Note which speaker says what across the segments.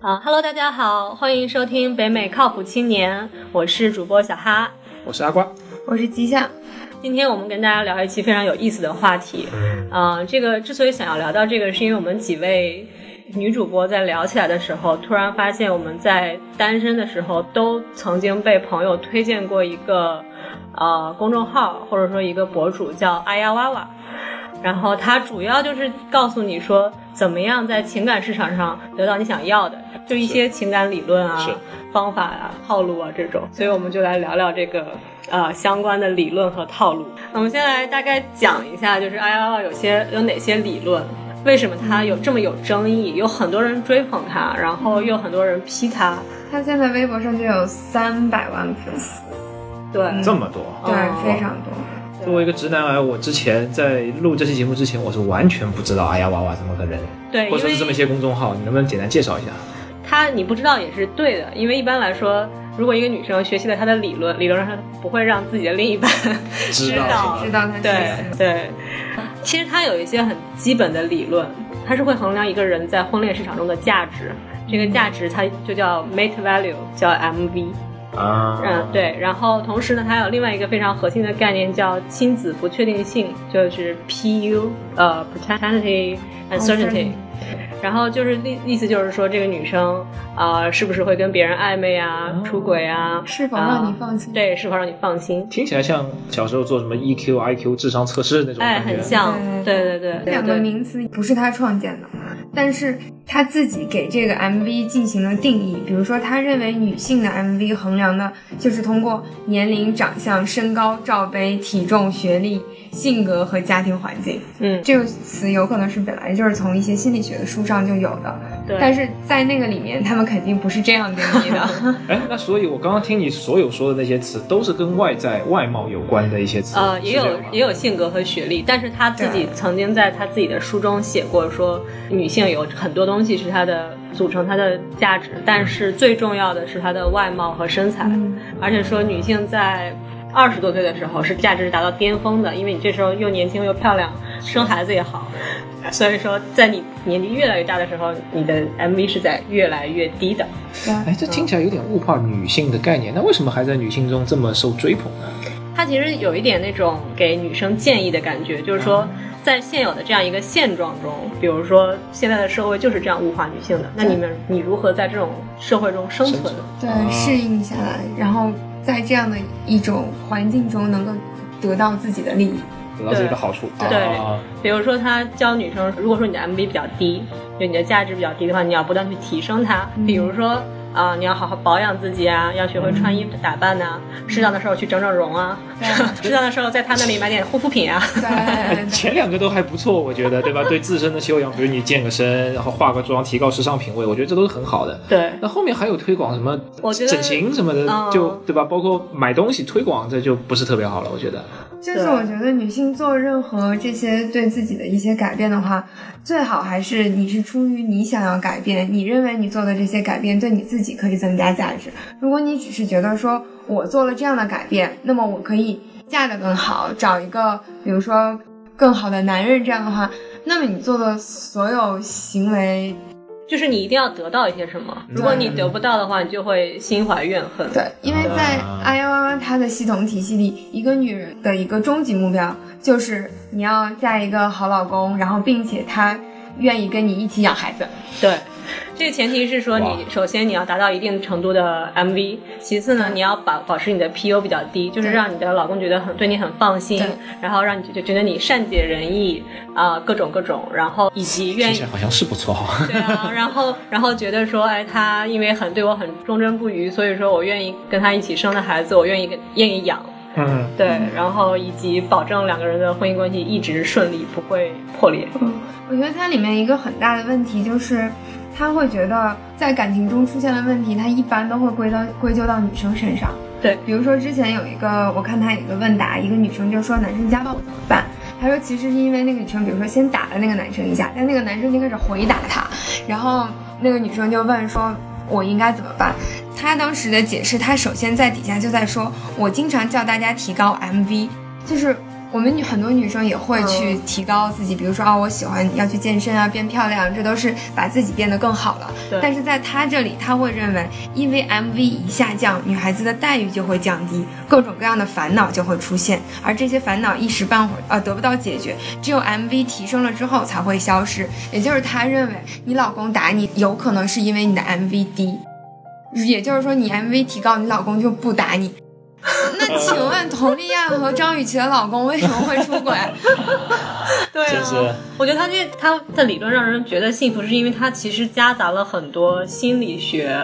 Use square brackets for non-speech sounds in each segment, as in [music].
Speaker 1: 啊哈喽，大家好，欢迎收听北美靠谱青年，我是主播小哈。
Speaker 2: 我是阿瓜，
Speaker 3: 我是吉祥，
Speaker 1: 今天我们跟大家聊一期非常有意思的话题，啊、这个之所以想要聊到这个，是因为我们几位女主播在聊起来的时候，突然发现我们在单身的时候都曾经被朋友推荐过一个呃公众号，或者说一个博主叫阿呀哇哇。然后它主要就是告诉你说，怎么样在情感市场上得到你想要的，就一些情感理论啊
Speaker 2: 是、
Speaker 1: 方法啊、套路啊这种。所以我们就来聊聊这个呃相关的理论和套路。那我们先来大概讲一下，就是 I L L 有些有哪些理论，为什么它有这么有争议，有很多人追捧它，然后又很多人批它。
Speaker 3: 他现在微博上就有三百万粉丝，
Speaker 1: 对，
Speaker 2: 这么多。
Speaker 3: 对，
Speaker 1: 哦
Speaker 3: 非常多。
Speaker 2: 嗯作为一个直男癌，我之前在录这期节目之前，我是完全不知道哎呀娃娃这么个人，
Speaker 1: 对，
Speaker 2: 或
Speaker 1: 因
Speaker 2: 者是这么一
Speaker 1: 为
Speaker 2: 些公众号，你能不能简单介绍一下？
Speaker 1: 它你不知道也是对的，因为一般来说。如果一个女生学习了她的理论，理论上她不会让自己的另一半
Speaker 2: 知
Speaker 1: 道
Speaker 2: 道
Speaker 3: 知道他是
Speaker 1: 对
Speaker 3: 谁。
Speaker 1: 对，其实它有一些很基本的理论，它是会衡量一个人在婚恋市场中的价值。这个价值它就叫 mate value，叫 MV。
Speaker 2: 啊
Speaker 1: 嗯，，对。然后同时呢，它有另外一个非常核心的概念叫亲子不确定性，就是 PU，呃，potentiality uncertainty。然后就是意意思就是说，这个女生啊、呃是不是会跟别人暧昧啊、
Speaker 2: 哦
Speaker 1: 出轨啊？
Speaker 3: 是否让你放心？
Speaker 1: 啊对，是否让你放心？
Speaker 2: 听起来像小时候做什么 E EQ、IQ 智商测试那种
Speaker 1: 哎，
Speaker 2: 感觉，
Speaker 1: 很像，对
Speaker 3: 对
Speaker 1: 对对，
Speaker 3: 这两个
Speaker 1: 对
Speaker 3: 名词不是他创建的，但是他自己给这个 MV 进行了定义。比如说，他认为女性的 MV 衡量的就是通过年龄、长相、身高、罩杯、体重、学历、性格和家庭环境。
Speaker 1: 嗯，
Speaker 3: 这个词有可能是本来就是从一些心理学的书上就有的，
Speaker 1: 对。
Speaker 3: 但是在那个里面，他们肯定不是这样定义的。
Speaker 2: 哎，那所以，我刚刚听你所有说的那些词，都是跟外在、外貌有关的一些词，
Speaker 1: 呃，也
Speaker 2: 是这
Speaker 1: 有
Speaker 2: 样吗
Speaker 1: 也有性格和学历，但是他自己曾经在他自己的书中写过说，女性有很多东西是她的组成她的价值，但是最重要的是她的外貌和身材，
Speaker 3: 嗯
Speaker 1: 而且说女性在。二十多岁的时候是价值达到巅峰的，因为你这时候又年轻又漂亮，生孩子也好，所以说在你年纪越来越大的时候，你的 MV 是在越来越低的。
Speaker 3: 对
Speaker 2: 哎，这听起来有点物化女性的概念，那为什么还在女性中这么受追捧呢？
Speaker 1: 它其实有一点那种给女生建议的感觉，就是说，在现有的这样一个现状中，比如说现在的社会就是这样物化女性的，那你们你如何在这种社会中生存？
Speaker 3: 对
Speaker 2: 啊，
Speaker 3: 适应下来，然后在这样的一种环境中能够得到自己的利益。
Speaker 2: 得到自己的好处，
Speaker 1: 对
Speaker 2: 啊
Speaker 1: 比如说，他教女生，如果说你的 MV 比较低，就你的价值比较低的话，你要不断去提升它。
Speaker 3: 嗯
Speaker 1: 比如说啊、你要好好保养自己啊，要学会穿衣服打扮呐、适当的时候去整整容啊，
Speaker 3: 对
Speaker 1: [laughs] 适当的时候在他那里买点护肤品啊。
Speaker 2: 哎，
Speaker 3: 对，
Speaker 2: 前两个都还不错，我觉得，对吧？对自身的修养，比如你健个身，然后化个妆，提高时尚品味，我觉得这都是很好的。
Speaker 1: 对，
Speaker 2: 那后面还有推广什么，
Speaker 1: 我觉得
Speaker 2: 整形什么的，
Speaker 1: 嗯
Speaker 2: 就对吧？包括买东西推广，这就不是特别好了，我觉得。
Speaker 3: 就是我觉得女性做任何这些对自己的一些改变的话，最好还是你是出于你想要改变，你认为你做的这些改变对你自己可以增加价值。如果你只是觉得说我做了这样的改变，那么我可以嫁得更好，找一个比如说更好的男人，这样的话，那么你做的所有行为
Speaker 1: 就是你一定要得到一些什么，如果你得不到的话，你就会心怀怨恨。
Speaker 3: 对，因为在
Speaker 2: 啊
Speaker 3: I O I 它的系统体系里，一个女人的一个终极目标就是你要嫁一个好老公，然后并且他愿意跟你一起养孩子。
Speaker 1: [laughs] 对，这个前提是说
Speaker 2: 哇
Speaker 1: 你首先你要达到一定程度的 MV，其次呢，
Speaker 3: 对
Speaker 1: 你要保保持你的 PU 比较低，就是
Speaker 3: 对
Speaker 1: 让你的老公觉得很对你很放心
Speaker 3: 对，
Speaker 1: 然后让你就觉得你善解人意啊、各种各种，然后以及愿
Speaker 2: 听
Speaker 1: 意
Speaker 2: 起来好像是不错哈。
Speaker 1: 对啊，然后然后觉得说，哎，他因为很对我很忠贞不渝，所以说我愿意跟他一起生的孩子，我愿意跟愿意养。
Speaker 2: [laughs] 嗯，
Speaker 1: 对，然后以及保证两个人的婚姻关系一直顺利，不会破裂。 [laughs]
Speaker 3: 我觉得它里面一个很大的问题就是，他会觉得在感情中出现了问题，他一般都会归到归咎到女生身上。
Speaker 1: 对，
Speaker 3: 比如说之前有一个，我看他有一个问答，一个女生就说男生家暴我怎么办？她说其实是因为那个女生，比如说先打了那个男生一下，但那个男生就开始回打她，然后那个女生就问说。我应该怎么办？她当时的解释，她首先在底下就在说，我经常叫大家提高 MV，就是我们女很多女生也会去提高自己，比如说啊，我喜欢要去健身啊，变漂亮，这都是把自己变得更好了。
Speaker 1: 对
Speaker 3: 但是在他这里，他会认为，因为 MV 一下降，女孩子的待遇就会降低，各种各样的烦恼就会出现，而这些烦恼一时半会儿啊得不到解决，只有 MV 提升了之后才会消失。也就是他认为，你老公打你，有可能是因为你的 MV 低。也就是说，你 MV 提高，你老公就不打 [laughs] 你。那请问佟丽娅和张雨绮的老公为什么会出 [laughs] 轨？
Speaker 1: 对
Speaker 2: 真是
Speaker 1: 啊，我觉得他这他的理论让人觉得幸福，是因为他其实夹杂了很多心理学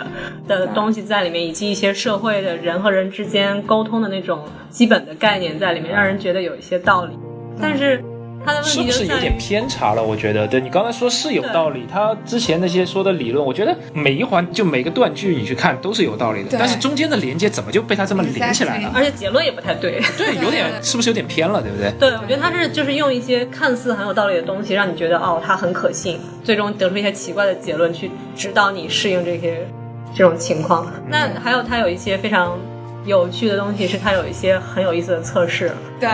Speaker 1: 的东西在里面，以及一些社会的人和人之间沟通的那种基本的概念在里面，让人觉得有一些道理。但是他的问
Speaker 2: 是
Speaker 1: 题
Speaker 2: 不
Speaker 1: 就是
Speaker 2: 有
Speaker 1: 在于
Speaker 2: 点，偏差了？我觉得，对你刚才说是有道理。他之前那些说的理论，我觉得每一环就每个断句你去看都是有道理的，
Speaker 3: 对
Speaker 2: 但是中间的连接怎么就被他这么连起来了？
Speaker 1: 而且结论也不太
Speaker 2: [laughs]
Speaker 1: 对。
Speaker 2: 对，有
Speaker 3: 对
Speaker 2: 点是不是有点偏了，对不对？
Speaker 1: 对，我觉得他是就是用一些看似很有道理的东西，让你觉得哦，他很可信，最终得出一些奇怪的结论去指导你适应这些这种情况。那还有他有一些非常有趣的东西，是他有一些很有意思的测试，
Speaker 3: 对，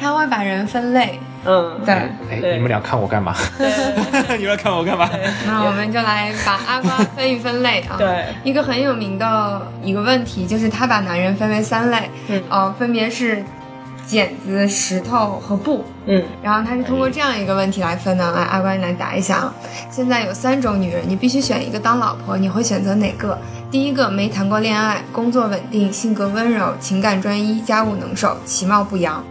Speaker 3: 他会把人分类。
Speaker 1: 嗯，
Speaker 3: 对，
Speaker 2: 哎，
Speaker 1: 对
Speaker 2: 你们俩看我干嘛？
Speaker 1: 对。
Speaker 2: [laughs] 你们俩看我干嘛？
Speaker 3: 那我们就来把阿瓜分一分类 [laughs] 啊。
Speaker 1: 对
Speaker 3: 一个很有名的一个问题就是，他把男人分为三类，
Speaker 1: 嗯
Speaker 3: 呃，分别是剪子、石头和布。
Speaker 1: 嗯
Speaker 3: 然后他是通过这样一个问题来分的，来阿关你来答一下啊。现在有三种女人，你必须选一个当老婆，你会选择哪个？第一个没谈过恋爱，工作稳定，性格温柔，情感专一，家务能手，其貌不扬。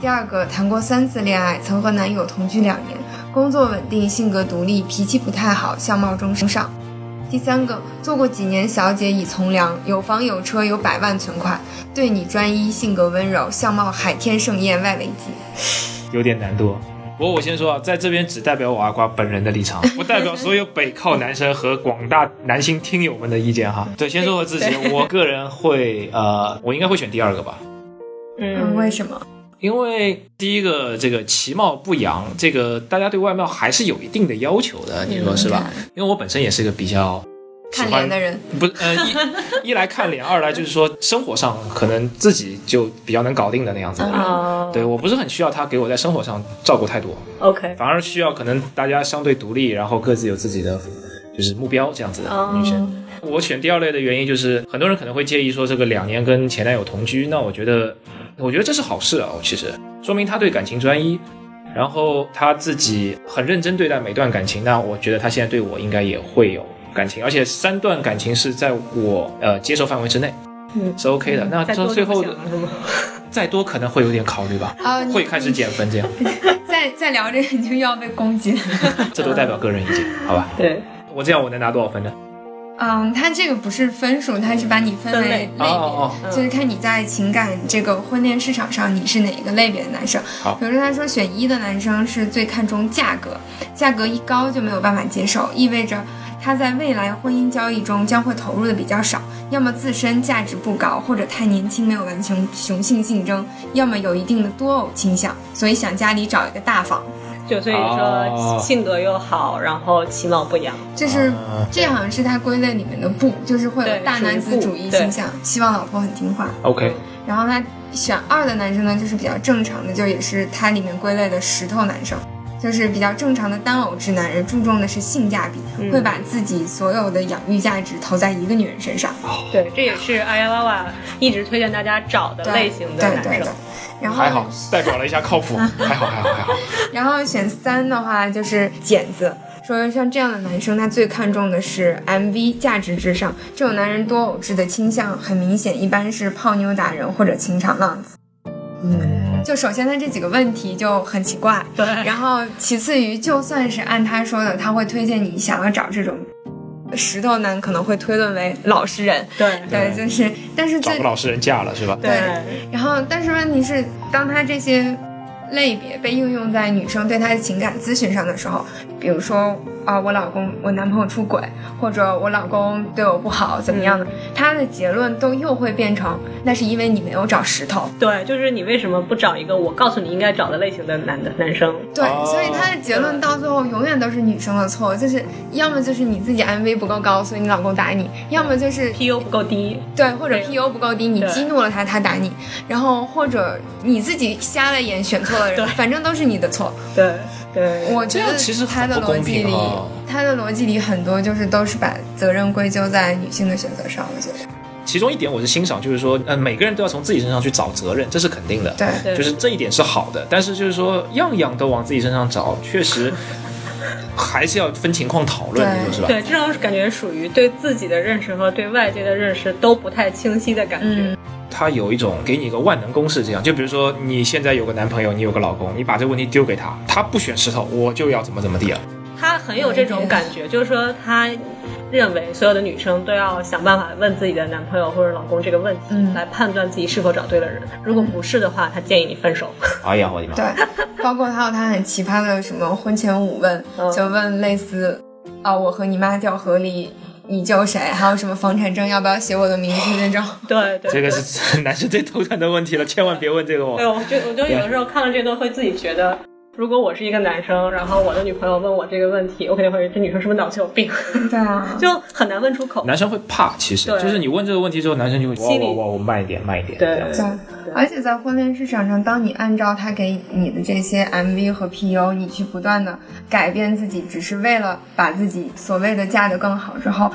Speaker 3: 第二个谈过三次恋爱，曾和男友同居两年，工作稳定，性格独立，脾气不太好，相貌中上。第三个做过几年小姐已从良，有房有车有百万存款，对你专一，性格温柔，相貌海天盛宴，外为己。
Speaker 2: 有点难度。不过我先说啊，在这边只代表我阿瓜本人的立 [laughs] 场，不代表所有北靠男生和广大男性听友们的意见哈。对，先说我自己，我个人会呃，我应该会选第二个吧，
Speaker 3: 嗯，为
Speaker 1: 嗯，
Speaker 3: 什么？
Speaker 2: 因为第一个这个其貌不扬，这个大家对外貌还是有一定的要求的，你说是吧？因为我本身也是个比较喜
Speaker 3: 嗯看
Speaker 2: 欢
Speaker 3: 脸的人，
Speaker 2: 不，呃，一 [laughs] 一来看脸，二来就是说生活上可能自己就比较能搞定的那样子的人。
Speaker 1: 啊，
Speaker 2: 对我不是很需要他给我在生活上照顾太多，
Speaker 1: ，OK，
Speaker 2: 反而需要可能大家相对独立，然后各自有自己的就是目标这样子的
Speaker 1: 嗯
Speaker 2: 女生。我选第二类的原因就是，很多人可能会介意说这个两年跟前男友同居，那我觉得，我觉得这是好事啊，其实说明他对感情专一。然后他自己很认真对待每段感情，那我觉得他现在对我应该也会有感情，而且三段感情是在我呃接受范围之内，
Speaker 1: 嗯
Speaker 2: 是 OK 的。那
Speaker 1: 再
Speaker 2: 到
Speaker 1: 多
Speaker 2: 最
Speaker 1: 就不
Speaker 2: 后
Speaker 1: 想了是吗？
Speaker 2: 再多可能会有点考虑吧，
Speaker 3: 啊，你
Speaker 2: 会开始减分
Speaker 3: [laughs]
Speaker 2: 这样，
Speaker 3: 再再聊这个，你就要被攻击了。
Speaker 2: 这都代表个人意见，好吧？
Speaker 1: 对，
Speaker 2: 我这样我能拿多少分呢？
Speaker 3: 嗯，他这个不是分数，他是把你分为
Speaker 1: 分类
Speaker 3: 类
Speaker 2: 哦
Speaker 3: 别，
Speaker 2: 哦
Speaker 1: 嗯
Speaker 3: 就是看你在情感这个婚恋市场上你是哪一个类别的男生。
Speaker 2: 好
Speaker 3: 比如说他说选一的男生是最看重价格，价格一高就没有办法接受，意味着他在未来婚姻交易中将会投入的比较少，要么自身价值不高，或者太年轻没有完成雄性竞争，要么有一定的多偶倾向，所以想家里找一个大房。
Speaker 1: 就所以
Speaker 2: 哦
Speaker 1: 说性格又好，然后其貌不扬，
Speaker 3: 这是、
Speaker 2: 啊
Speaker 3: 这好像是他归类里面的不，就是会有
Speaker 1: 对
Speaker 3: 大男子主义倾向，希望老婆很听话。
Speaker 2: 哦，OK，
Speaker 3: 然后他选二的男生呢，就是比较正常的，就也是他里面归类的石头男生，就是比较正常的单偶制男人，注重的是性价比，
Speaker 1: 嗯
Speaker 3: 会把自己所有的养育价值投在一个女人身上。
Speaker 1: 对，这也是阿呀娃娃一直推荐大家找的
Speaker 3: 对
Speaker 1: 类型的
Speaker 3: 对
Speaker 1: 男
Speaker 3: 对对
Speaker 1: 生。。
Speaker 3: 然后
Speaker 2: 还好，代表了一下靠谱，
Speaker 3: 嗯
Speaker 2: 还好还好还好。
Speaker 3: 然后选三的话就是剪子，说像这样的男生，他最看重的是 MV 价值至上。这种男人多偶制的倾向很明显，一般是泡妞达人或者情场浪子。嗯，就首先他这几个问题就很奇怪，
Speaker 1: 对
Speaker 2: 哎
Speaker 3: 然后其次于就算是按他说的，他会推荐你想要找这种石头男，可能会推论为老实人。
Speaker 1: 对
Speaker 3: 对，
Speaker 2: 对
Speaker 3: 就是，但是
Speaker 2: 找
Speaker 3: 最
Speaker 2: 个老实人嫁了是吧？
Speaker 1: 对
Speaker 3: 然后，但是问题是，当他这些类别被应用在女生对他的情感咨询上的时候，比如说啊、我老公我男朋友出轨，或者我老公对我不好怎么
Speaker 1: 嗯
Speaker 3: 样的，他的结论都又会变成那是因为你没有找石头。
Speaker 1: 对，就是你为什么不找一个我告诉你应该找的类型的男的男生？
Speaker 3: 对，
Speaker 2: 哦
Speaker 3: 所以他的结论到最后永远都是女生的错，就是要么就是你自己 MV 不够高，所以你老公打你；要么就是
Speaker 1: PU 不够低，
Speaker 3: 对，或者
Speaker 1: 对
Speaker 3: PU 不够低，你
Speaker 1: 对
Speaker 3: 激怒了他，他打你，然后或者你自己瞎了眼选错了人
Speaker 1: 对，
Speaker 3: 反正都是你的错。
Speaker 1: 对对，
Speaker 3: 我觉
Speaker 2: 哎这
Speaker 3: 得
Speaker 2: 样其实
Speaker 3: 他
Speaker 2: 很
Speaker 3: 的
Speaker 2: 不
Speaker 3: 逻
Speaker 2: 公
Speaker 3: 辑
Speaker 2: 平
Speaker 3: 里
Speaker 2: 哦，
Speaker 3: 他的逻辑里很多就是都是把责任归咎在女性的选择上，我觉得
Speaker 2: 其中一点我是欣赏，就是说，呃，每个人都要从自己身上去找责任，这是肯定的。
Speaker 3: 对。
Speaker 1: 对
Speaker 2: 就是这一点是好的，但是就是说样样都往自己身上找，确实还是要分情况讨论，
Speaker 3: 对
Speaker 2: 你说是吧？
Speaker 1: 对，这种感觉属于对自己的认识和对外界的认识都不太清晰的感觉。
Speaker 3: 嗯
Speaker 2: 他有一种给你一个万能公式，这样就比如说你现在有个男朋友，你有个老公，你把这个问题丢给他，他不选石头，我就要怎么怎么地啊了。
Speaker 1: 他很有这种感觉，就是说他认为所有的女生都要想办法问自己的男朋友或者老公这个问题，
Speaker 3: 嗯
Speaker 1: 来判断自己是否找对了人。如果不是的话，他建议你分手。
Speaker 2: 哎呀，我的妈！
Speaker 3: 对，包括还有他很奇葩的什么婚前五问，
Speaker 1: 嗯
Speaker 3: 就问类似啊、我和你妈掉河里，你救谁？还有什么房产证要不要写我的名字那种。
Speaker 1: 对对。
Speaker 2: 这个是 [laughs] 男生最头疼的问题了，千万别问这个
Speaker 1: 对，
Speaker 2: 哦。
Speaker 1: 我就我就有的时候看了这个会自己觉得，如果我是一个男生，然后我的女朋友问我这个问题，我肯定会这女生是不是脑子有病，
Speaker 3: [laughs] 对啊，
Speaker 1: 就很难问出口。
Speaker 2: 男生会怕，其实
Speaker 1: 对
Speaker 2: 就是你问这个问题之后，男生就会
Speaker 1: 心里
Speaker 2: 哇哇哇，我慢一点，慢一点。
Speaker 1: 对
Speaker 2: 这样子
Speaker 3: 对，而且在婚恋市场上，当你按照他给你的这些 MV 和 PU，你去不断的改变自己，只是为了把自己所谓的嫁得更好之后，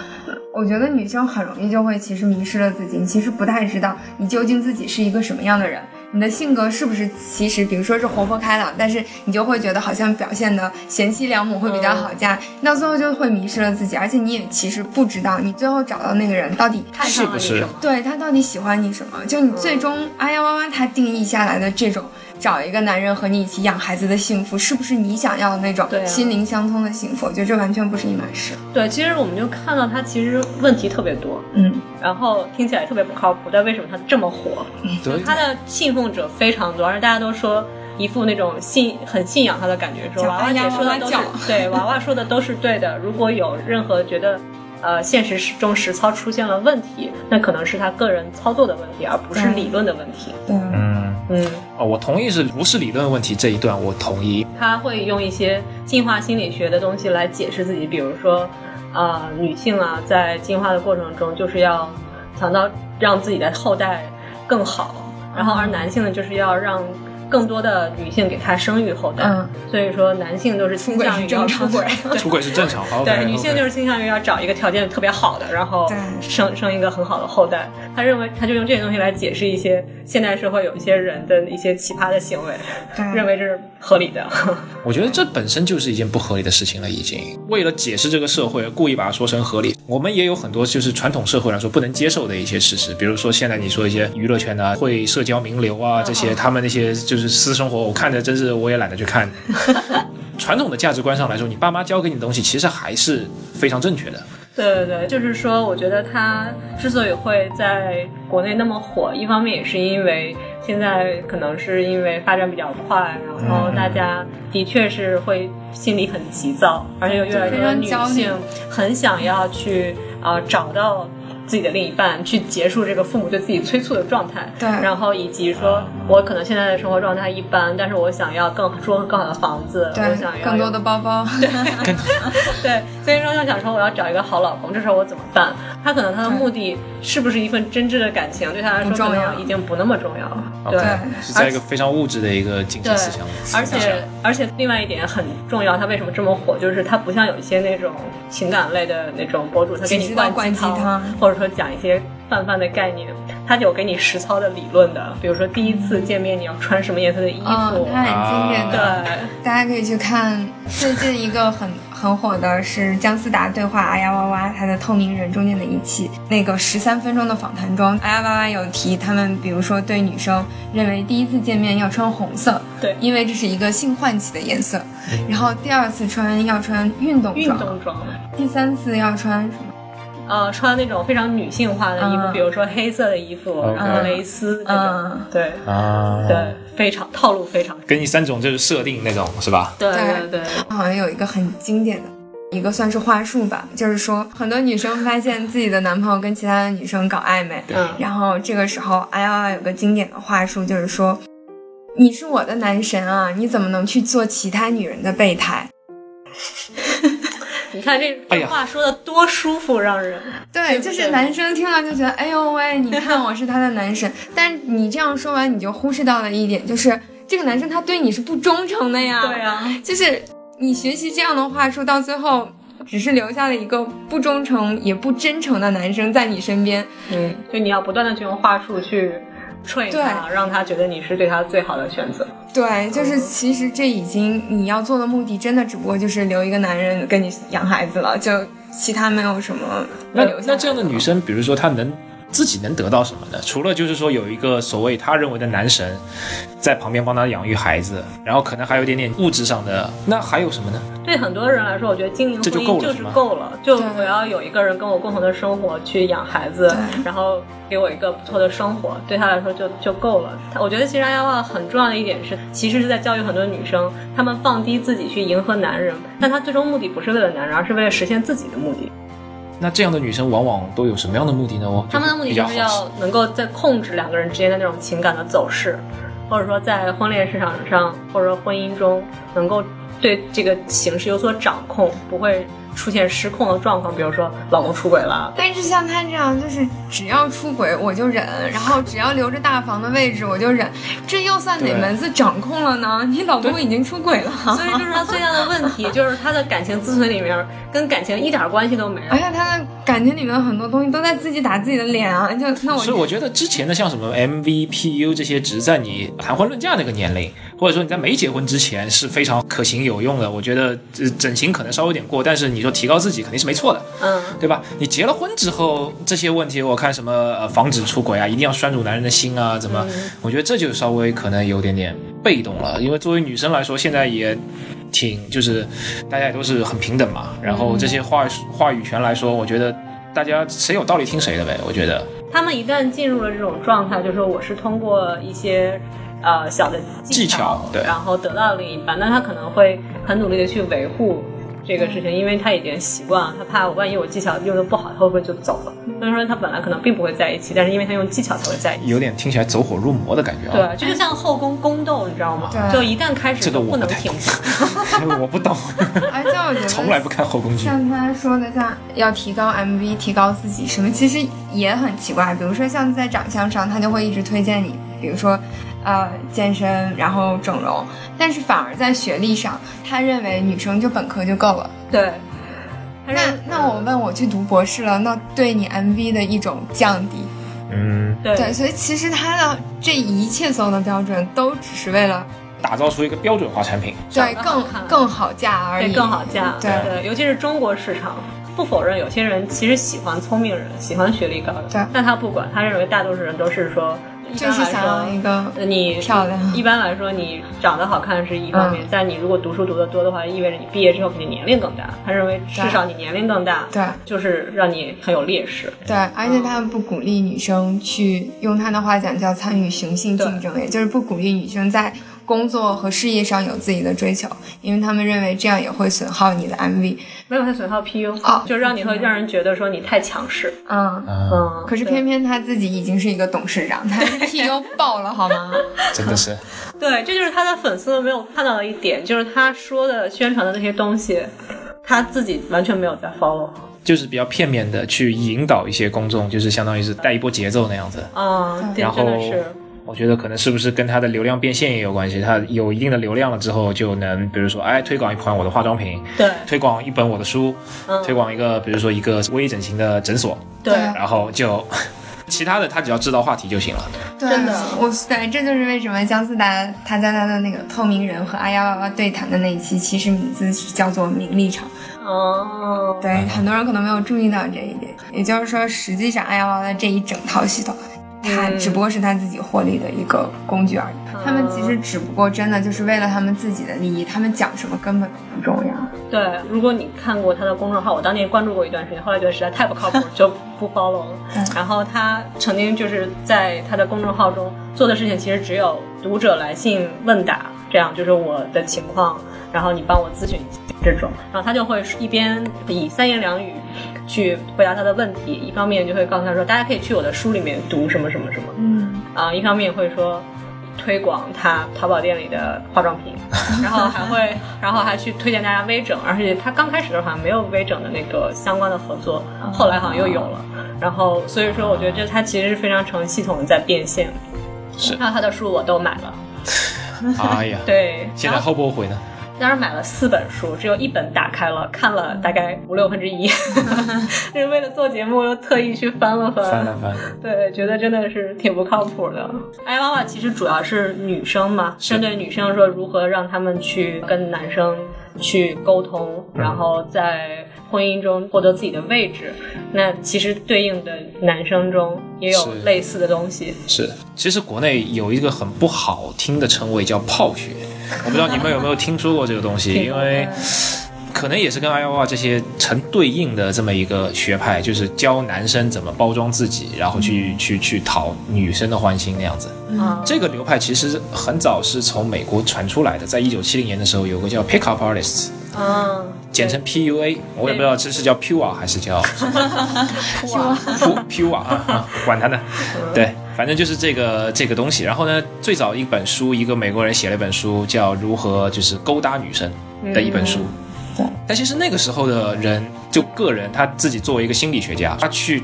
Speaker 3: 我觉得女生很容易就会其实迷失了自己，你其实不太知道你究竟自己是一个什么样的人，你的性格是不是其实，比如说是活泼开朗，但是你就会觉得好像表现的贤妻良母会比较好嫁，到最后就会迷失了自己，而且你也其实不知道你最后找到那个人到底
Speaker 1: 看上了你什么？
Speaker 3: 对他到底喜欢你什么？就你
Speaker 1: 嗯
Speaker 3: 最终哎呀哇哇他定义下来的这种找一个男人和你一起养孩子的幸福，是不是你想要的那种
Speaker 1: 对啊
Speaker 3: 心灵相通的幸福？我觉得这完全不是一码事。
Speaker 1: 对，其实我们就看到他其实问题特别多，
Speaker 3: 嗯，
Speaker 1: 然后听起来特别不靠谱，但为什么他这么火？
Speaker 2: 对
Speaker 1: 他的信奉者非常多，而且大家都说一副那种信很信仰他的感觉，说
Speaker 3: 叫
Speaker 1: 娃娃
Speaker 3: 哎
Speaker 1: 姐
Speaker 3: 呀
Speaker 1: 说的都是
Speaker 3: 娃娃 [laughs]
Speaker 1: 对，娃娃说的都是对的。如果有任何觉得呃现实中实操出现了问题，那可能是他个人操作的问题，而不是
Speaker 3: 嗯
Speaker 1: 理论的问题。
Speaker 3: 对啊，
Speaker 2: 嗯，
Speaker 1: 嗯，
Speaker 2: 哦，我同意是不是理论问题这一段我同意，
Speaker 1: 他会用一些进化心理学的东西来解释自己，比如说，呃，女性啊，在进化的过程中，就是要想到让自己的后代更好，然后而
Speaker 3: 嗯
Speaker 1: 男性呢，就是要让更多的女性给他生育后代，
Speaker 3: 嗯
Speaker 1: 所以说男性都是倾向于要
Speaker 3: 出轨是
Speaker 1: 对
Speaker 2: 出轨是正常。
Speaker 1: 对，女性就是是倾向于要找一个条件特别好的，然后
Speaker 3: 对
Speaker 1: 生生一个很好的后代。他认为，他就用这些东西来解释一些现代社会有一些人的一些奇葩的行为，
Speaker 3: 对啊
Speaker 1: 认为这是合理的。
Speaker 2: 我觉得这本身就是一件不合理的事情了，已经。为了解释这个社会，故意把它说成合理。我们也有很多就是传统社会来说不能接受的一些事实，比如说现在你说一些娱乐圈的啊会社交名流
Speaker 1: 嗯
Speaker 2: 啊这些，他们那些就是私生活，我看着真是我也懒得去
Speaker 1: [laughs]
Speaker 2: 看。传统的价值观上来说，你爸妈教给你的东西其实还是非常正确的。
Speaker 1: 对对对，就是说，我觉得它之所以会在国内那么火，一方面也是因为现在可能是因为发展比较快，然后大家的确是会心里很急躁，而且有越来越
Speaker 3: 非
Speaker 1: 多
Speaker 3: 常
Speaker 1: 女
Speaker 3: 焦虑
Speaker 1: 性很想要去啊、呃找到。自己的另一半去结束这个父母对自己催促的状态，
Speaker 3: 对
Speaker 1: 然后以及说我可能现在的生活状态一般，但是我想要更住更好的房子，我想
Speaker 3: 对，
Speaker 1: 要
Speaker 3: 更
Speaker 1: 有
Speaker 3: 多的包包，
Speaker 1: 对，所以说就想说我要找一个好老公，这时候我怎么办？他可能他的目的是不是一份真挚的感情，对他来说
Speaker 3: 不重
Speaker 1: 可
Speaker 3: 要
Speaker 1: 能已经不那么重要了。对
Speaker 2: OK，是在一个非常物质的一个精
Speaker 1: 对
Speaker 2: 神思想，，
Speaker 1: 而且而且另外一点很重要，他为什么这么火？就是他不像有一些那种情感类的那种博主，他给
Speaker 3: 只
Speaker 1: 你
Speaker 3: 知道
Speaker 1: 灌
Speaker 3: 灌
Speaker 1: 鸡汤，
Speaker 3: 鸡汤
Speaker 1: 或者说讲一些泛泛的概念，他有给你实操的理论的，比如说第一次见面你要穿什么颜色的衣服，
Speaker 3: 嗯，它很经典的，
Speaker 1: 对。
Speaker 3: 大家可以去看最近一个很很火的是姜思达对话哎呀哇哇他的《透明人》中间的一期，那个十三分钟的访谈中，哎呀哇哇有提他们，比如说对女生认为第一次见面要穿红色，
Speaker 1: 对
Speaker 3: 因为这是一个性唤起的颜色，然后第二次穿要穿运动
Speaker 1: 运
Speaker 3: 装，
Speaker 1: 动装，
Speaker 3: 第三次要穿什么？
Speaker 1: 呃，穿那种非常女性化的衣服，
Speaker 3: 嗯
Speaker 1: 比如说黑色的衣服，
Speaker 2: OK
Speaker 1: 然后蕾丝这种，
Speaker 3: 嗯，
Speaker 1: 对
Speaker 2: 啊，
Speaker 1: 对，非常套路非常，
Speaker 2: 给你三种就是设定那种是吧？
Speaker 1: 对
Speaker 3: 对
Speaker 1: 对，
Speaker 3: 好像有一个很经典的。一个算是话术吧，就是说很多女生发现自己的男朋友跟其他的女生搞暧昧，
Speaker 1: 嗯
Speaker 3: 然后这个时候 I L L 有个经典的话术就是说，你是我的男神啊，你怎么能去做其他女人的备胎？
Speaker 1: 你看这
Speaker 2: 哎呀
Speaker 1: 话说的多舒服，让人
Speaker 3: 对，
Speaker 1: 不
Speaker 3: 就
Speaker 1: 对
Speaker 3: 是男生听了就觉得，哎呦喂，你看我是他的男
Speaker 1: [laughs]
Speaker 3: 神。但你这样说完，你就忽视到了一点，就是这个男生他对你是不忠诚的哎呀。
Speaker 1: 对啊，
Speaker 3: 就是你学习这样的话术，到最后只是留下了一个不忠诚也不真诚的男生在你身边。
Speaker 1: 嗯，就你要不断的去用话术去 train
Speaker 3: 对
Speaker 1: 他，让他觉得你是对他最好的选择。嗯
Speaker 3: 对，就是其实这已经你要做的目的，真的只不过就是留一个男人跟你养孩子了，就其他没有什么
Speaker 2: 那
Speaker 3: 留下
Speaker 2: 那这样的女生，比如说她能自己能得到什么呢？除了就是说有一个所谓她认为的男神在旁边帮她养育孩子，然后可能还有一点点物质上的，那还有什么呢？
Speaker 1: 对很多人来说，我觉得经营
Speaker 2: 这
Speaker 1: 婚
Speaker 2: 就
Speaker 1: 姻
Speaker 2: 够了
Speaker 1: 是
Speaker 2: 是吗
Speaker 1: 够了，就
Speaker 3: 对
Speaker 1: 我要有一个人跟我共同的生活，去养孩子，
Speaker 3: 对
Speaker 1: 然后给我一个不错的生活，对他来说就就够了。他我觉得其实爱娃很重要的一点是，其实是在教育很多女生，她们放低自己去迎合男人，但她最终目的不是为了男人，而是为了实现自己的目的。
Speaker 2: 那这样的女生往往都有什么样的目的呢？我
Speaker 1: 他们的目的
Speaker 2: 比
Speaker 1: 就
Speaker 2: 较
Speaker 1: 是
Speaker 2: 好奇
Speaker 1: 要能够在控制两个人之间的那种情感的走势，或者说在婚恋市场上或者说婚姻中能够对这个形势有所掌控，不会出现失控的状况，比如说老公出轨了。
Speaker 3: 但是像他这样，就是只要出轨我就忍，然后只要留着大房的位置我就忍，这又算哪
Speaker 2: 对
Speaker 3: 门子掌控了呢？你老公已经出轨了，
Speaker 1: 所以这是他最大的问题，就是他的感情咨询里面跟感情一点关系都没有
Speaker 3: 而。且他的感情里面很多东西都在自己打自己的脸啊，就那
Speaker 2: 所以
Speaker 3: 我
Speaker 2: 我觉得之前的像什么 MVPU 这些，只在你谈婚论嫁那个年龄，或者说你在没结婚之前是非常可行有用的。我觉得呃整形可能稍微有点过，但是你说提高自己肯定是没错的。
Speaker 1: 嗯，
Speaker 2: 对吧？你结了婚之后，这些问题我看什么呃防止出轨啊，一定要拴住男人的心啊，怎么？我觉得这就稍微可能有点点被动了，因为作为女生来说，现在也挺就是大家也都是很平等嘛，然后这些话语话语权来说，我觉得大家谁有道理听谁的呗，我觉得
Speaker 1: 他们一旦进入了这种状态，就是说我是通过一些呃小的技
Speaker 2: 技巧对
Speaker 1: 然后得到另一半，那他可能会很努力的去维护这个
Speaker 3: 嗯
Speaker 1: 事情，因为他已经习惯了，他怕我万一我技巧用的不好，他会不会就走了？所以说他本来可能并不会在一起，但是因为他用技巧才会在一起。
Speaker 2: 有点听起来走火入魔的感觉啊。
Speaker 1: 对，这就像后宫宫斗，你知道吗？
Speaker 3: 对
Speaker 1: 就一旦开始
Speaker 2: 这个
Speaker 1: 就
Speaker 2: 我
Speaker 1: 不能
Speaker 2: 不太
Speaker 1: 停下。
Speaker 2: 我不懂，
Speaker 3: 而且哎我觉得
Speaker 2: 从来不看后宫剧。
Speaker 3: 像他说的，像要提高 MV、提高自己什么，其实也很奇怪。比如说像在长相上，他就会一直推荐你，比如说，呃，健身，然后整容。但是反而在学历上，他认为女生就本科就够了。
Speaker 1: 对，他
Speaker 3: 那
Speaker 1: 让
Speaker 3: 那我问我去读博士了，那对你 MV 的一种降低。
Speaker 2: 嗯，
Speaker 1: 对
Speaker 3: 对，所以其实他的这一切所有的标准，都只是为了
Speaker 2: 打造出一个标准化产品。
Speaker 1: 长
Speaker 3: 对
Speaker 1: 得好
Speaker 3: 更
Speaker 1: 看
Speaker 3: 更好嫁而
Speaker 1: 对
Speaker 3: 已。
Speaker 1: 更好嫁，
Speaker 3: 对
Speaker 1: 对，尤其是中国市场。不否认，有些人其实喜欢聪明人，喜欢学历高的，
Speaker 3: 对
Speaker 1: 但他不管，他认为大多数人都是说，一般
Speaker 3: 就
Speaker 1: 来
Speaker 3: 是
Speaker 1: 说
Speaker 3: 想要一个
Speaker 1: 呃你
Speaker 3: 漂亮
Speaker 1: 一般来说，你长得好看是一方面，但你如果读书读得多的话，意味着你毕业之后你的年龄更大。他认为至少你年龄更大，
Speaker 3: 对。
Speaker 1: 就是让你很有劣势。
Speaker 3: 对，而且他们不鼓励女生去用他的话讲叫参与雄性竞争，也就是不鼓励女生在工作和事业上有自己的追求，因为他们认为这样也会损耗你的 MV。
Speaker 1: 没有他损耗 PU，、
Speaker 3: 哦
Speaker 1: 就是让你会让人觉得说你太强势。
Speaker 3: 嗯，
Speaker 2: 嗯，
Speaker 1: 嗯，
Speaker 3: 可是
Speaker 1: 对
Speaker 3: 偏偏他自己已经是一个董事长，他 PU 爆了好吗？
Speaker 2: 真的是。
Speaker 1: 对，这就是他的粉丝没有看到的一点，就是他说的宣传的那些东西，他自己完全没有在 follow。
Speaker 2: 就是比较片面的去引导一些公众，就是相当于是带一波节奏那样子。
Speaker 1: 啊，对
Speaker 2: 然，
Speaker 1: 真
Speaker 2: 后
Speaker 1: 的是，
Speaker 2: 我觉得可能是不是跟它的流量变现也有关系，它有一定的流量了之后，就能比如说哎推广一款我的化妆品，
Speaker 1: 对
Speaker 2: 推广一本我的书，
Speaker 1: 嗯
Speaker 2: 推广一个比如说一个微整形的诊所，
Speaker 1: 对，
Speaker 2: 然后就 [laughs] 其他的他只要制造话题就
Speaker 1: [laughs]
Speaker 2: 行了。
Speaker 3: 对
Speaker 1: 真的
Speaker 3: 我对，这就是为什么姜思达他在他的那个《透明人》和阿幺幺幺对谈的那一期，其实名字是叫做《名利场》。
Speaker 1: 哦，
Speaker 3: 对，很多人可能没有注意到这一点，也就是说，实际上爱娃娃的这一整套系统，它
Speaker 1: 嗯
Speaker 3: 只不过是他自己获利的一个工具而已。他们其实只不过真的就是为了他们自己的利益，他们讲什么根本不重要。
Speaker 1: 对，如果你看过他的公众号，我当年关注过一段时间，后来觉得实在太不靠谱，就不 follow 了
Speaker 3: 嗯。
Speaker 1: 然后他曾经就是在他的公众号中做的事情，其实只有读者来信问答，这样就是我的情况。然后你帮我咨询一下这种，然后他就会一边以三言两语去回答他的问题，一方面就会告诉他说，大家可以去我的书里面读什么什么什么，
Speaker 3: 嗯，
Speaker 1: 啊，一方面会说推广他淘宝店里的化妆
Speaker 2: [laughs]
Speaker 1: 品，然后还会，然后还去推荐大家微整，而且他刚开始的时候好像没有微整的那个相关的合作，
Speaker 2: 哦
Speaker 1: 后来好像又有了，然后所以说我觉得这他其实是非常成系统的在变现，
Speaker 2: 是
Speaker 1: 然后他的书我都买了，
Speaker 2: 哎呀，
Speaker 1: 对，
Speaker 2: 现
Speaker 1: 然
Speaker 2: 在
Speaker 1: 后
Speaker 2: 后不后悔呢？
Speaker 1: 当时买了四本书，只有一本打开了，看了大概五六分
Speaker 2: [laughs]
Speaker 1: 之一， [laughs] 就是为了做节目又特意去翻了翻，
Speaker 2: 翻了翻了，
Speaker 1: 对，觉得真的是挺不靠谱的。爱妈妈哎其实主要是女生嘛，
Speaker 2: 是
Speaker 1: 针对女生说如何让她们去跟男生去沟通，
Speaker 2: 嗯
Speaker 1: 然后在婚姻中获得自己的位置。那其实对应的男生中也有
Speaker 2: 是
Speaker 1: 类似的东西。
Speaker 2: 是。其实国内有一个很不好听的称谓叫“泡学”，我不知道你们有没有听说过这个东西，
Speaker 1: [laughs] 听
Speaker 2: 因
Speaker 1: 过嗯
Speaker 2: 为。可能也是跟 Iowa 这些成对应的这么一个学派，就是教男生怎么包装自己，然后去去去讨女生的欢心那样子。
Speaker 1: 嗯，
Speaker 2: 这个流派其实很早是从美国传出来的，在一九七零年的时候，有个叫 Pickup Artists，
Speaker 1: 嗯，
Speaker 2: 简称 PUA，我也不知道这是叫 Pure 还是叫
Speaker 1: 哇，
Speaker 2: Pu- Pure 啊，啊管他呢，对，反正就是这个这个东西。然后呢，最早一本书，一个美国人写了一本书，叫《如何就是勾搭女生》的一本书。
Speaker 3: 对
Speaker 2: 但其实那个时候的人，就个人他自己作为一个心理学家，他去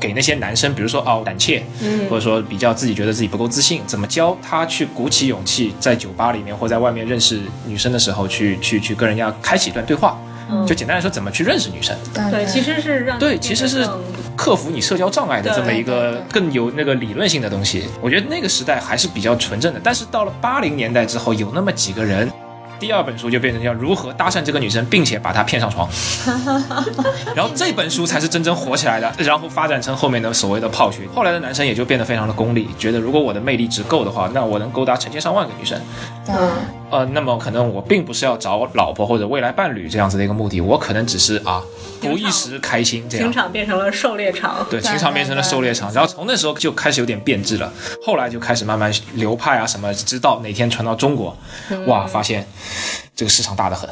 Speaker 2: 给那些男生，比如说哦胆怯，或者说比较自己觉得自己不够自信，怎么教他去鼓起勇气，在酒吧里面或在外面认识女生的时候，去去去跟人家开启一段对话。就简单来说，怎么去认识女生？
Speaker 1: 对，其
Speaker 3: 实
Speaker 1: 实是让
Speaker 2: 对，其实是克服你社交障碍的这么一
Speaker 3: 对对
Speaker 2: 个
Speaker 3: 对
Speaker 2: 更有那个理论性的东西。我觉得那个时代还是比较纯正的，但是到了八零年代之后，有那么几个人。第二本书就变成叫如何搭讪这个女生，并且把她骗上床，
Speaker 3: [laughs]
Speaker 2: 然后这本书才是真正火起来的，然后发展成后面的所谓的泡学。后来的男生也就变得非常的功利，觉得如果我的魅力值够的话，那我能勾搭成千上万个女生。
Speaker 3: 对
Speaker 2: 呃，那么可能我并不是要找老婆或者未来伴侣这样子的一个目的，我可能只是啊，不一时开心这样
Speaker 1: 情。场变成了狩猎场。
Speaker 2: 对，
Speaker 3: 对
Speaker 2: 情场变成了狩猎场，然后从那时候就开始有点变质了，后来就开始慢慢流派啊什么，直到哪天传到中国，
Speaker 3: 嗯
Speaker 2: 哇，发现这个市场大得很，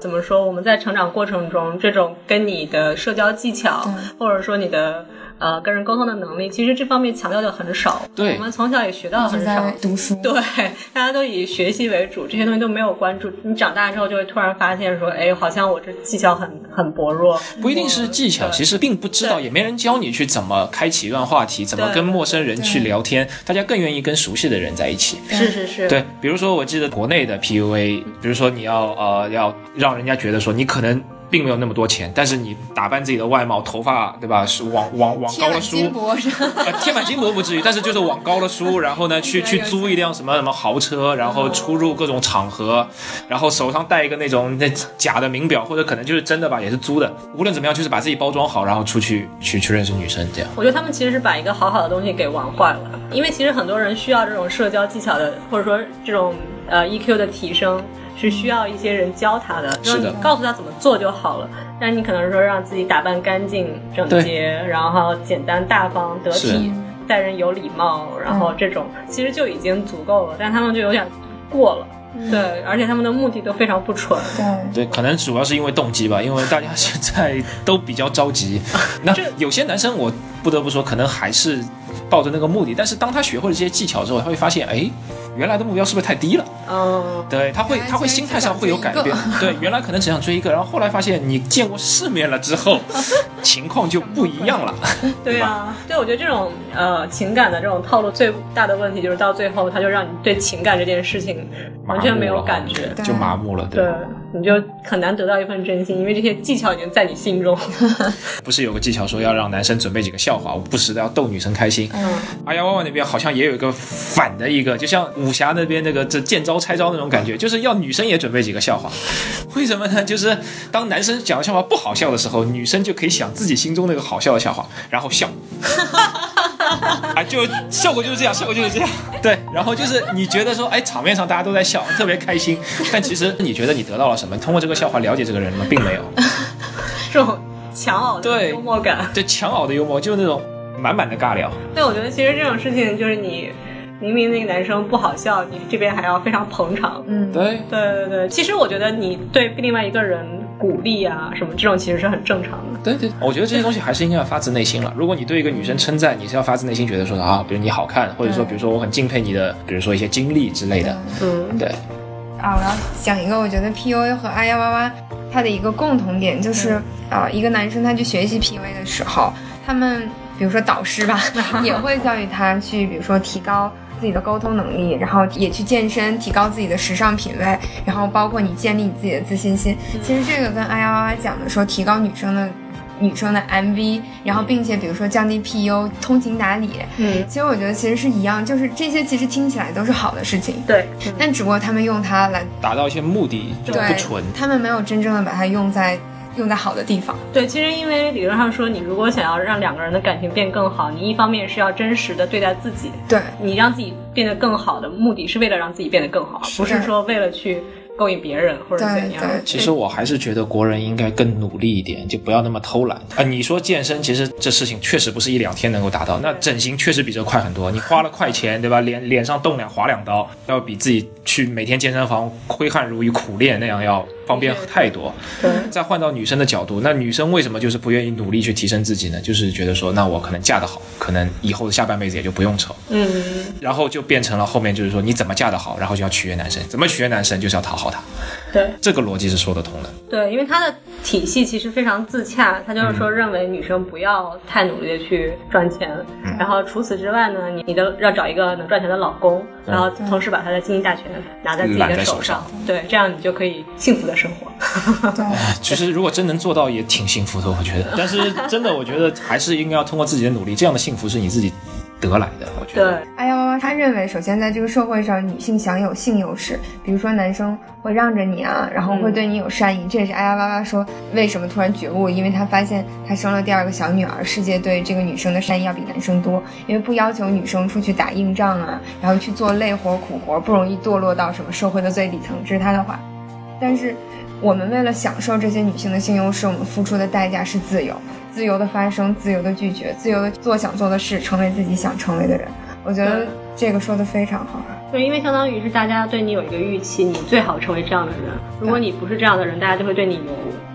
Speaker 1: 怎么说？我们在成长过程中，这种跟你的社交技巧，或者说你的呃跟人沟通的能力，其实这方面强调的很少。
Speaker 2: 对
Speaker 1: 我们从小也学到的
Speaker 3: 是
Speaker 1: 很少 [laughs]
Speaker 3: 在。读书，
Speaker 1: 对，大家都以学习为主，这些东西都没有关注。你长大之后就会突然发现说，哎，好像我这技巧很很薄弱。
Speaker 2: 不一定是技巧，
Speaker 1: 对
Speaker 2: 其实并不知道，
Speaker 1: 对
Speaker 2: 也没人教你去怎么开启一段话题，怎么
Speaker 1: 对
Speaker 2: 跟陌生人去
Speaker 3: 对
Speaker 2: 聊天，大家更愿意跟熟悉的人在一起。
Speaker 1: 是是是，
Speaker 2: 对，比如说我记得国内的 PUA，比如说你要呃要让人家觉得说你可能。并没有那么多钱，但是你打扮自己的外貌、头发，对吧？是往往往高
Speaker 3: 贴
Speaker 2: 了
Speaker 3: 满
Speaker 2: 梳，
Speaker 3: 金箔上，
Speaker 2: 呃，贴满金箔不至于，但是就是往高了输，然后呢，去去租一辆什么什么豪车，然后出入各种场合，然后手上戴一个那种那假的名表，或者可能就是真的吧，也是租的。无论怎么样，就是把自己包装好，然后出去去去认识女生，这样。
Speaker 1: 我觉得他们其实是把一个好好的东西给玩坏了，因为其实很多人需要这种社交技巧的，或者说这种呃 EQ 的提升，是需要一些人教他的，
Speaker 2: 是的
Speaker 1: 让你告诉他怎么做就好了。但你可能说让自己打扮干净整洁，然后简单大方得体
Speaker 2: 是，嗯
Speaker 1: 待人有礼貌，然后这种其实就已经足够了，但他们就有点过了。
Speaker 2: 嗯
Speaker 1: 对，而且他们的目的都非常不纯，
Speaker 3: 对嗯
Speaker 2: 对，可能主要是因为动机吧，因为大家 [laughs] 现在都比较着急。那有些男生，我不得不说，可能还是抱着那个目的，但是当他学会了这些技巧之后，他会发现，哎，原来的目标是不是太低了？
Speaker 1: 嗯，
Speaker 2: 对，他会
Speaker 3: 原来
Speaker 2: 他会
Speaker 3: 其实
Speaker 2: 心
Speaker 3: 只
Speaker 2: 态上
Speaker 3: 想
Speaker 2: 会有
Speaker 3: 追一
Speaker 2: 改
Speaker 3: 个
Speaker 2: 变。对，原来可能只想追一个，然后后来发现你见过世面了之后，情况就不一样了。
Speaker 1: 对啊，对，我觉得这种呃情感的这种套路最大的问题就是到最后，他就让你对情感这件事情完全没有感觉，
Speaker 2: 就麻木了。
Speaker 1: 对，你就很难得到一份真心，因为这些技巧已经在你心 [laughs] 中。
Speaker 2: 不是有个技巧说要让男生准备几个笑话，我不时的要逗女生开心。
Speaker 3: 嗯，
Speaker 2: 哎呀，万万那边好像也有一个反的一个，就像武侠那边那个这见招拆招那种感觉，就是要女生也准备几个笑 [laughs] 话。为什么呢？就是当男生讲的笑话不好笑的时候，女生就可以想自己心中那个好笑的笑话，然后 [laughs] 笑。啊，就效果就是这样，效果就是这样。对，然后就是你觉得说，哎，场面上大家都在笑，特别开心，但其实你觉得你得到了什么？通过这个笑话了解这个人了吗？并 [laughs] 没有。
Speaker 1: 这种强熬的
Speaker 2: 对
Speaker 1: 幽默感，
Speaker 2: 就强熬的幽默，就是那种满满的尬聊。
Speaker 1: 对，我觉得其实这种事情就是你。明明那个男生不好笑，你这边还要非常捧场。
Speaker 3: 嗯，
Speaker 2: 对，
Speaker 1: 对对对，其实我觉得你对另外一个人鼓励啊什么这种其实是很正常的。
Speaker 2: 对对，我觉得这些东西还是应该要发自内心了。如果你对一个女生称赞，你是要发自内心觉得说啊，比如你好看，或者说
Speaker 3: 对
Speaker 2: 比如说我很敬佩你的，比如说一些经历之类的。
Speaker 1: 嗯，
Speaker 2: 对，
Speaker 3: 啊，我要讲一个，我觉得 PUA 和二幺八八它的一个共同点就是，啊、一个男生他去学习 PUA 的时候，他们比如说导师吧，也会教育他去，比如说提高。自己的沟通能力，然后也去健身，提高自己的时尚品味，然后包括你建立你自己的自信心。其实这个跟二幺八八讲的说提高女生的女生的 MV，然后并且比如说降低 PU，通情达理，
Speaker 1: 嗯，
Speaker 3: 其实我觉得其实是一样，就是这些其实听起来都是好的事情，
Speaker 1: 对，
Speaker 3: 但只不过他们用它来
Speaker 2: 达到一些目的就
Speaker 3: 对，
Speaker 2: 不纯。
Speaker 3: 他们没有真正的把它用在用在好的地方。
Speaker 1: 对，其实因为理论上说，你如果想要让两个人的感情变更好，你一方面是要真实的对待自己，
Speaker 3: [laughs] 对，
Speaker 1: 你让自己变得更好的目的是为了让自己变得更好，不是说为了去勾引别人或者怎样
Speaker 3: 对对。
Speaker 2: 其实我还是觉得国人应该更努力一点，就不要那么偷懒啊、你说健身，其实这事情确实不是一两天能够达到。那整形确实比这快很多，你花了快钱，对吧？脸脸上动两划两刀，要比自己去每天健身房挥汗如雨苦练那样要方便太多。
Speaker 1: 对
Speaker 2: 再换到女生的角度，那女生为什么就是不愿意努力去提升自己呢？就是觉得说，那我可能嫁得好，可能以后的下半辈子也就不用愁。
Speaker 1: 嗯，
Speaker 2: 然后就变成了后面就是说，你怎么嫁得好，然后就要取悦男生，怎么取悦男生就是要讨好他，
Speaker 1: 对
Speaker 2: 这个逻辑是说得通的。
Speaker 1: 对，因为他的体系其实非常自洽，他就是
Speaker 2: 嗯
Speaker 1: 说认为女生不要太努力的去赚钱，
Speaker 2: 嗯
Speaker 1: 然后除此之外呢，你你的要找一个能赚钱的老公，然后同时把他的经济大权拿在自己
Speaker 2: 揽
Speaker 1: 的
Speaker 2: 在
Speaker 1: 手
Speaker 2: 手
Speaker 1: 上，对，这样你就可以幸福的生活。
Speaker 3: 对，
Speaker 2: 其实如果真能做到，也挺幸福的，我觉得。但是真的，我觉得还是应该要通过自己的努力，这样的幸福是你自己得来的。我觉
Speaker 1: 对
Speaker 2: 得，，
Speaker 3: 哎呀，他认为首先在这个社会上，女性享有性优势，比如说男生会让着你啊，然后会对你有善意，这也是哎呀哇哇说为什么突然觉悟，因为他发现他生了第二个小女儿，世界对这个女生的善意要比男生多，因为不要求女生出去打硬仗啊，然后去做累活苦活，不容易堕落到什么社会的最底层，这是他的话。但是我们为了享受这些女性的性优势，我们付出的代价是自由，自由的发声，自由的拒绝，自由的做想做的事，成为自己想成为的人。我觉得
Speaker 1: 对
Speaker 3: 这个说的非常好。
Speaker 1: 对，因为相当于是大家对你有一个预期，你最好成为这样的人。如果你不是这样的人，大家就会对你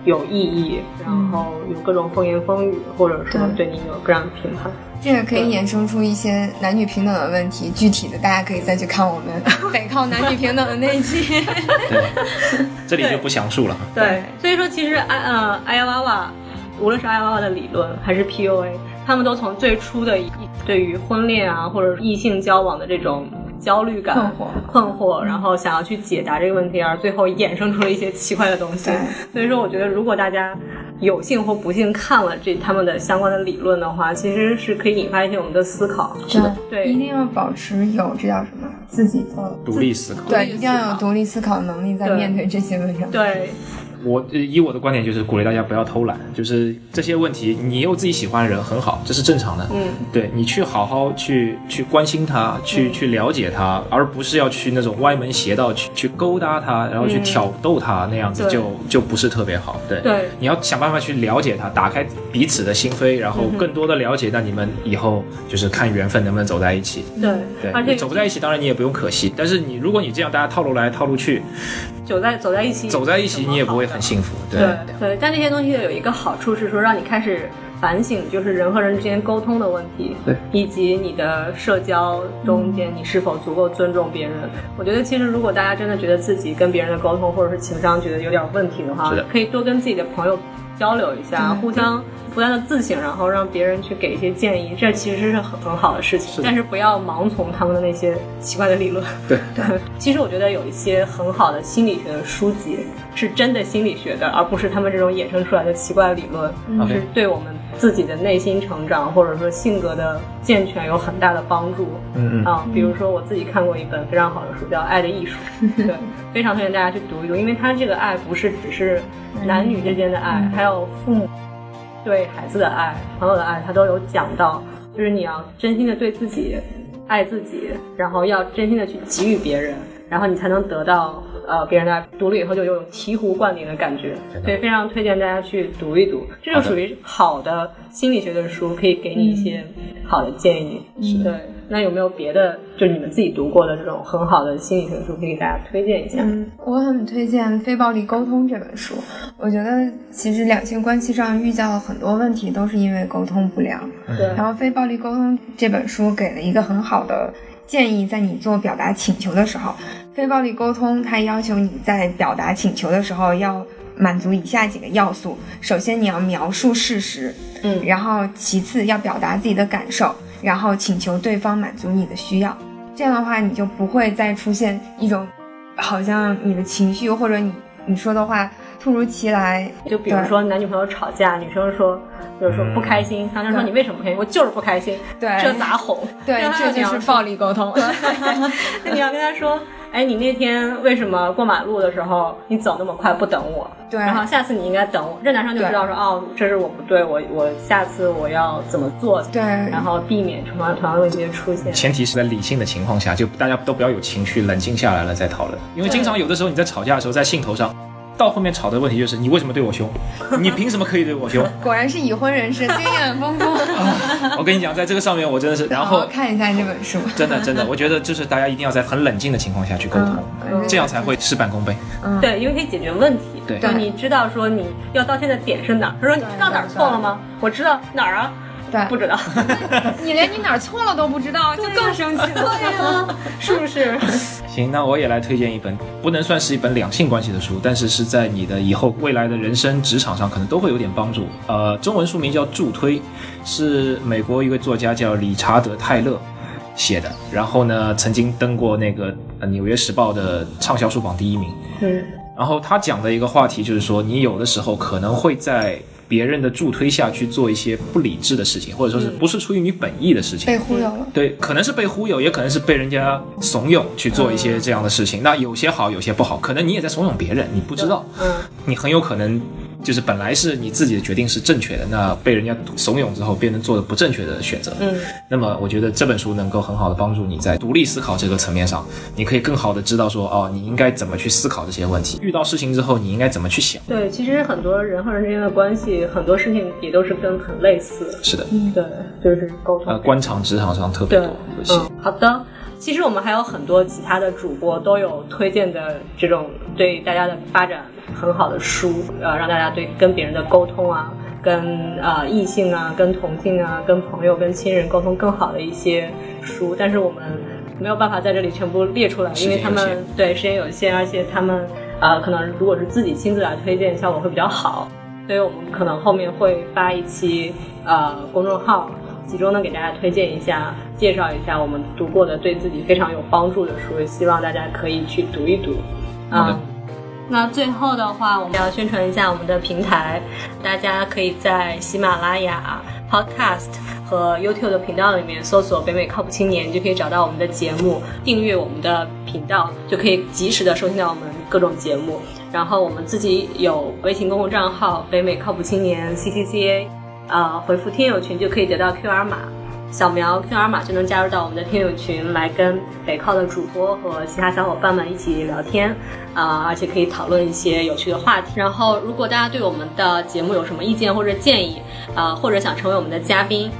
Speaker 1: 有有异议，然后有各种风言风语，或者说对你有各样的评判。
Speaker 3: 这也可以衍生出一些男女平等的问题，具体的大家可以再去看
Speaker 1: [laughs]
Speaker 3: 我们北靠男女平等的那一期。
Speaker 2: 这里就不详述了。
Speaker 1: 对，所以说其实艾呃艾呀娃娃，无论是艾呀娃娃的理论还是 PUA，他们都从最初的一对于婚恋啊或者异性交往的这种焦虑感、
Speaker 3: 困惑
Speaker 1: 困惑，然后想要去解答这个问题，而最后衍生出了一些奇怪的东西
Speaker 3: 对。
Speaker 1: 所以说，我觉得如果大家有幸或不幸看了这他们的相关的理论的话，其实是可以引发一些我们的思考。
Speaker 3: 是
Speaker 1: [laughs]
Speaker 3: 的，嗯
Speaker 1: 对
Speaker 3: 一定要保持有这叫什么自己的，
Speaker 2: 独立思考。
Speaker 3: 对，
Speaker 1: 独立思考
Speaker 3: 一定要有独立思考能力，在
Speaker 1: 对
Speaker 3: 面对这些问题。
Speaker 1: 对，
Speaker 2: 我呃以我的观点就是鼓励大家不要偷懒，就是这些问题，你有自己喜欢的人很好，这是正常的。
Speaker 1: 嗯，
Speaker 2: 对你去好好去去关心他，去、去了解他，而不是要去那种歪门邪道去去勾搭他，然后去挑逗他，那样子
Speaker 1: 对
Speaker 2: 就就不是特别好。对，
Speaker 1: 对
Speaker 2: 你要想办法去了解他，打开彼此的心扉，然
Speaker 1: 嗯
Speaker 2: 后更多的了解，那你们以后就是看缘分能不能走在一起。
Speaker 1: 对，嗯而
Speaker 2: 嗯对，
Speaker 1: 且
Speaker 2: 你走不在一起，当然你也不用可惜。但是你如果你这样大家套路来套路去，
Speaker 1: 走在走在一起，
Speaker 2: 走在一起你也不会很幸福。对
Speaker 1: 对对，但这些东西有一个好处是说，让你开始反省，就是人和人之间沟通的问题，
Speaker 2: 对，嗯
Speaker 1: 以及你的社交中间你是否足够尊重别人。我觉得其实如果大家真的觉得自己跟别人的沟通或者是情商觉得有点问题的话
Speaker 2: 是的，嗯
Speaker 1: 可以多跟自己的朋友交流一下，
Speaker 3: 对
Speaker 1: 互相。不断的自省，然后让别人去给一些建议，这其实是很很好的事情。
Speaker 2: 是的
Speaker 1: 但是不要盲从他们的那些奇怪的 [laughs] 理论。
Speaker 2: 对
Speaker 1: 其实我觉得有一些很好的心理学的书籍是真的心理学的，而不是他们这种衍生出来的奇怪的理论，
Speaker 2: 嗯 OK
Speaker 1: 是对我们自己的内心成长或者说性格的健全有很大的帮助。
Speaker 2: 嗯嗯，
Speaker 1: 啊，比如说我自己看过一本非常好的书，叫《爱的艺术》， [laughs] 对，非常推荐大家去读一读，因为它这个爱不是只是男女之间的爱，还有父母对孩子的爱、朋友的爱，它都有讲到，就是你要真心的对自己爱自己，然后要真心的去给予别人，然后你才能得到呃别人的爱。读了以后就有种醍醐灌顶的感觉，所以非常推荐大家去读一读，这就嗯属于好的心理学的书，可以给你一些好的建议。是对，那有没有别的，就你们自己读过的这种很好的心理学书可以给大家推荐一下？
Speaker 3: 嗯，我很推荐《非暴力沟通》这本书。我觉得其实两性关系上遇到很多问题都是因为沟通不良。
Speaker 1: 对
Speaker 3: 然后《非暴力沟通》这本书给了一个很好的建议，在你做表达请求的时候，非暴力沟通它要求你在表达请求的时候要满足以下几个要素：首先你要描述事实，
Speaker 1: 嗯
Speaker 3: 然后其次要表达自己的感受，然后请求对方满足你的需要。这样的话，你就不会再出现一种好像你的情绪或者你你说的话突如其来。
Speaker 1: 就比如说男女朋友吵架，女生说，比如说不开心，男生说
Speaker 3: 对
Speaker 1: 你为什么不开心？我就是不开心，
Speaker 3: 对
Speaker 1: 这咋哄？
Speaker 3: 对
Speaker 1: [laughs] 那，他
Speaker 3: 这
Speaker 1: 要
Speaker 3: 就
Speaker 1: 怎
Speaker 3: 是
Speaker 1: 样
Speaker 3: 暴力沟 [laughs] 通。
Speaker 1: 那你要跟他说，哎，你那天为什么过马路的时候你走那么快不等我？
Speaker 3: 对
Speaker 1: [laughs] 然后下次你应该等我。这男生就知道说，哦，这是我不对，我我下次我要怎么做？
Speaker 3: 对
Speaker 1: 然后避免同样同样的问题的出现。
Speaker 2: 前提是在理性的情况下，就大家都不要有情绪，冷静下来了再讨论。因为经常有的时候你在吵架的时候，在兴头上，到后面吵的问题就是你为什么对我凶？你凭什么可以对我凶？
Speaker 3: 果然是已婚人士，经验丰富。
Speaker 2: 我跟你讲，在这个上面我真的是，然后
Speaker 3: 好好看一下这本书。
Speaker 2: 真的真的，我觉得就是大家一定要在很冷静的情况下去沟通，
Speaker 3: 嗯
Speaker 2: 这样才会事半功倍。
Speaker 3: 嗯，
Speaker 1: 对，因为可以解决问题。
Speaker 2: 对
Speaker 1: 就你知道说你要道歉的点是哪儿？他说你知道哪儿错了吗？我知道哪儿啊？
Speaker 3: 对
Speaker 1: 不知 [laughs] 道，
Speaker 4: 你连你哪儿错了都不知道，就更生气了。
Speaker 1: 是不 [laughs] 是？
Speaker 2: 行，那我也来推荐一本，不能算是一本两性关系的书，但是是在你的以后未来的人生、职场上可能都会有点帮助。呃，中文书名叫《助推》，是美国一位作家叫理查德·泰勒写的，然后呢，曾经登过那个呃《纽约时报》的畅销书榜第一名。
Speaker 1: 嗯，
Speaker 2: 然后他讲的一个话题就是说，你有的时候可能会在别人的助推下去做一些不理智的事情，或者说是不是出于你本意的事情。
Speaker 3: 被忽悠了。
Speaker 2: 对，可能是被忽悠，也可能是被人家怂恿去做一些这样的事情。那有些好，有些不好，可能你也在怂恿别人，你不知道，
Speaker 1: 嗯，
Speaker 2: 你很有可能就是本来是你自己的决定是正确的，那被人家怂恿之后，变成做了不正确的选择。
Speaker 1: 嗯，
Speaker 2: 那么我觉得这本书能够很好的帮助你在独立思考这个层面上，你可以更好的知道说，哦，你应该怎么去思考这些问题，遇到事情之后你应该怎么去想。
Speaker 1: 对，其实很多人和人之间的关系，很多事情也都是跟很类似。
Speaker 2: 是的，
Speaker 1: 对，就是沟通。
Speaker 2: 呃，官场职场上特别
Speaker 1: 对
Speaker 2: 多，尤，其
Speaker 1: 嗯，好的。其实我们还有很多其他的主播都有推荐的这种对大家的发展很好的书，呃，让大家对跟别人的沟通啊，跟呃异性啊，跟同性啊，跟朋友、跟亲人沟通更好的一些书，但是我们没有办法在这里全部列出来，因为他
Speaker 2: 时间
Speaker 1: 们
Speaker 2: 有
Speaker 1: 对时间有限，而且他们呃可能如果是自己亲自来推荐，效果会比较好。所以我们可能后面会发一期呃公众号，集中的给大家推荐一下，介绍一下我们读过的对自己非常有帮助的书，也希望大家可以去读一读。
Speaker 2: 好
Speaker 1: 啊
Speaker 2: 的，
Speaker 1: 那最后的话，我们要宣传一下我们的平台，大家可以在喜马拉雅、Podcast 和 YouTube 的频道里面搜索“北美靠谱青年”，就可以找到我们的节目，订阅我们的频道，就可以及时的收听到我们各种节目。然后我们自己有微信公共账号“北美靠谱青年 CCCA”，呃，回复听友群就可以得到 QR 码。扫描 QR 码就能加入到我们的听友群，来跟北靠的主播和其他小伙伴们一起聊天，啊、而且可以讨论一些有趣的话题。然后，如果大家对我们的节目有什么意见或者建议，啊、或者想成为我们的嘉宾，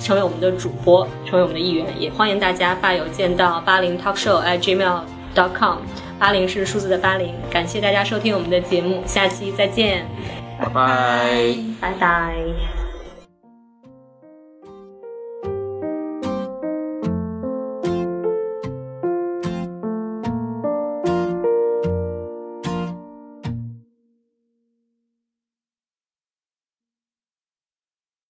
Speaker 1: 成为我们的主播，成为我们的一员，也欢迎大家发邮件到八零 talkshow at gmail dot com，八零是数字的八零。感谢大家收听我们的节目，下期再见，
Speaker 2: 拜拜。
Speaker 1: 拜拜。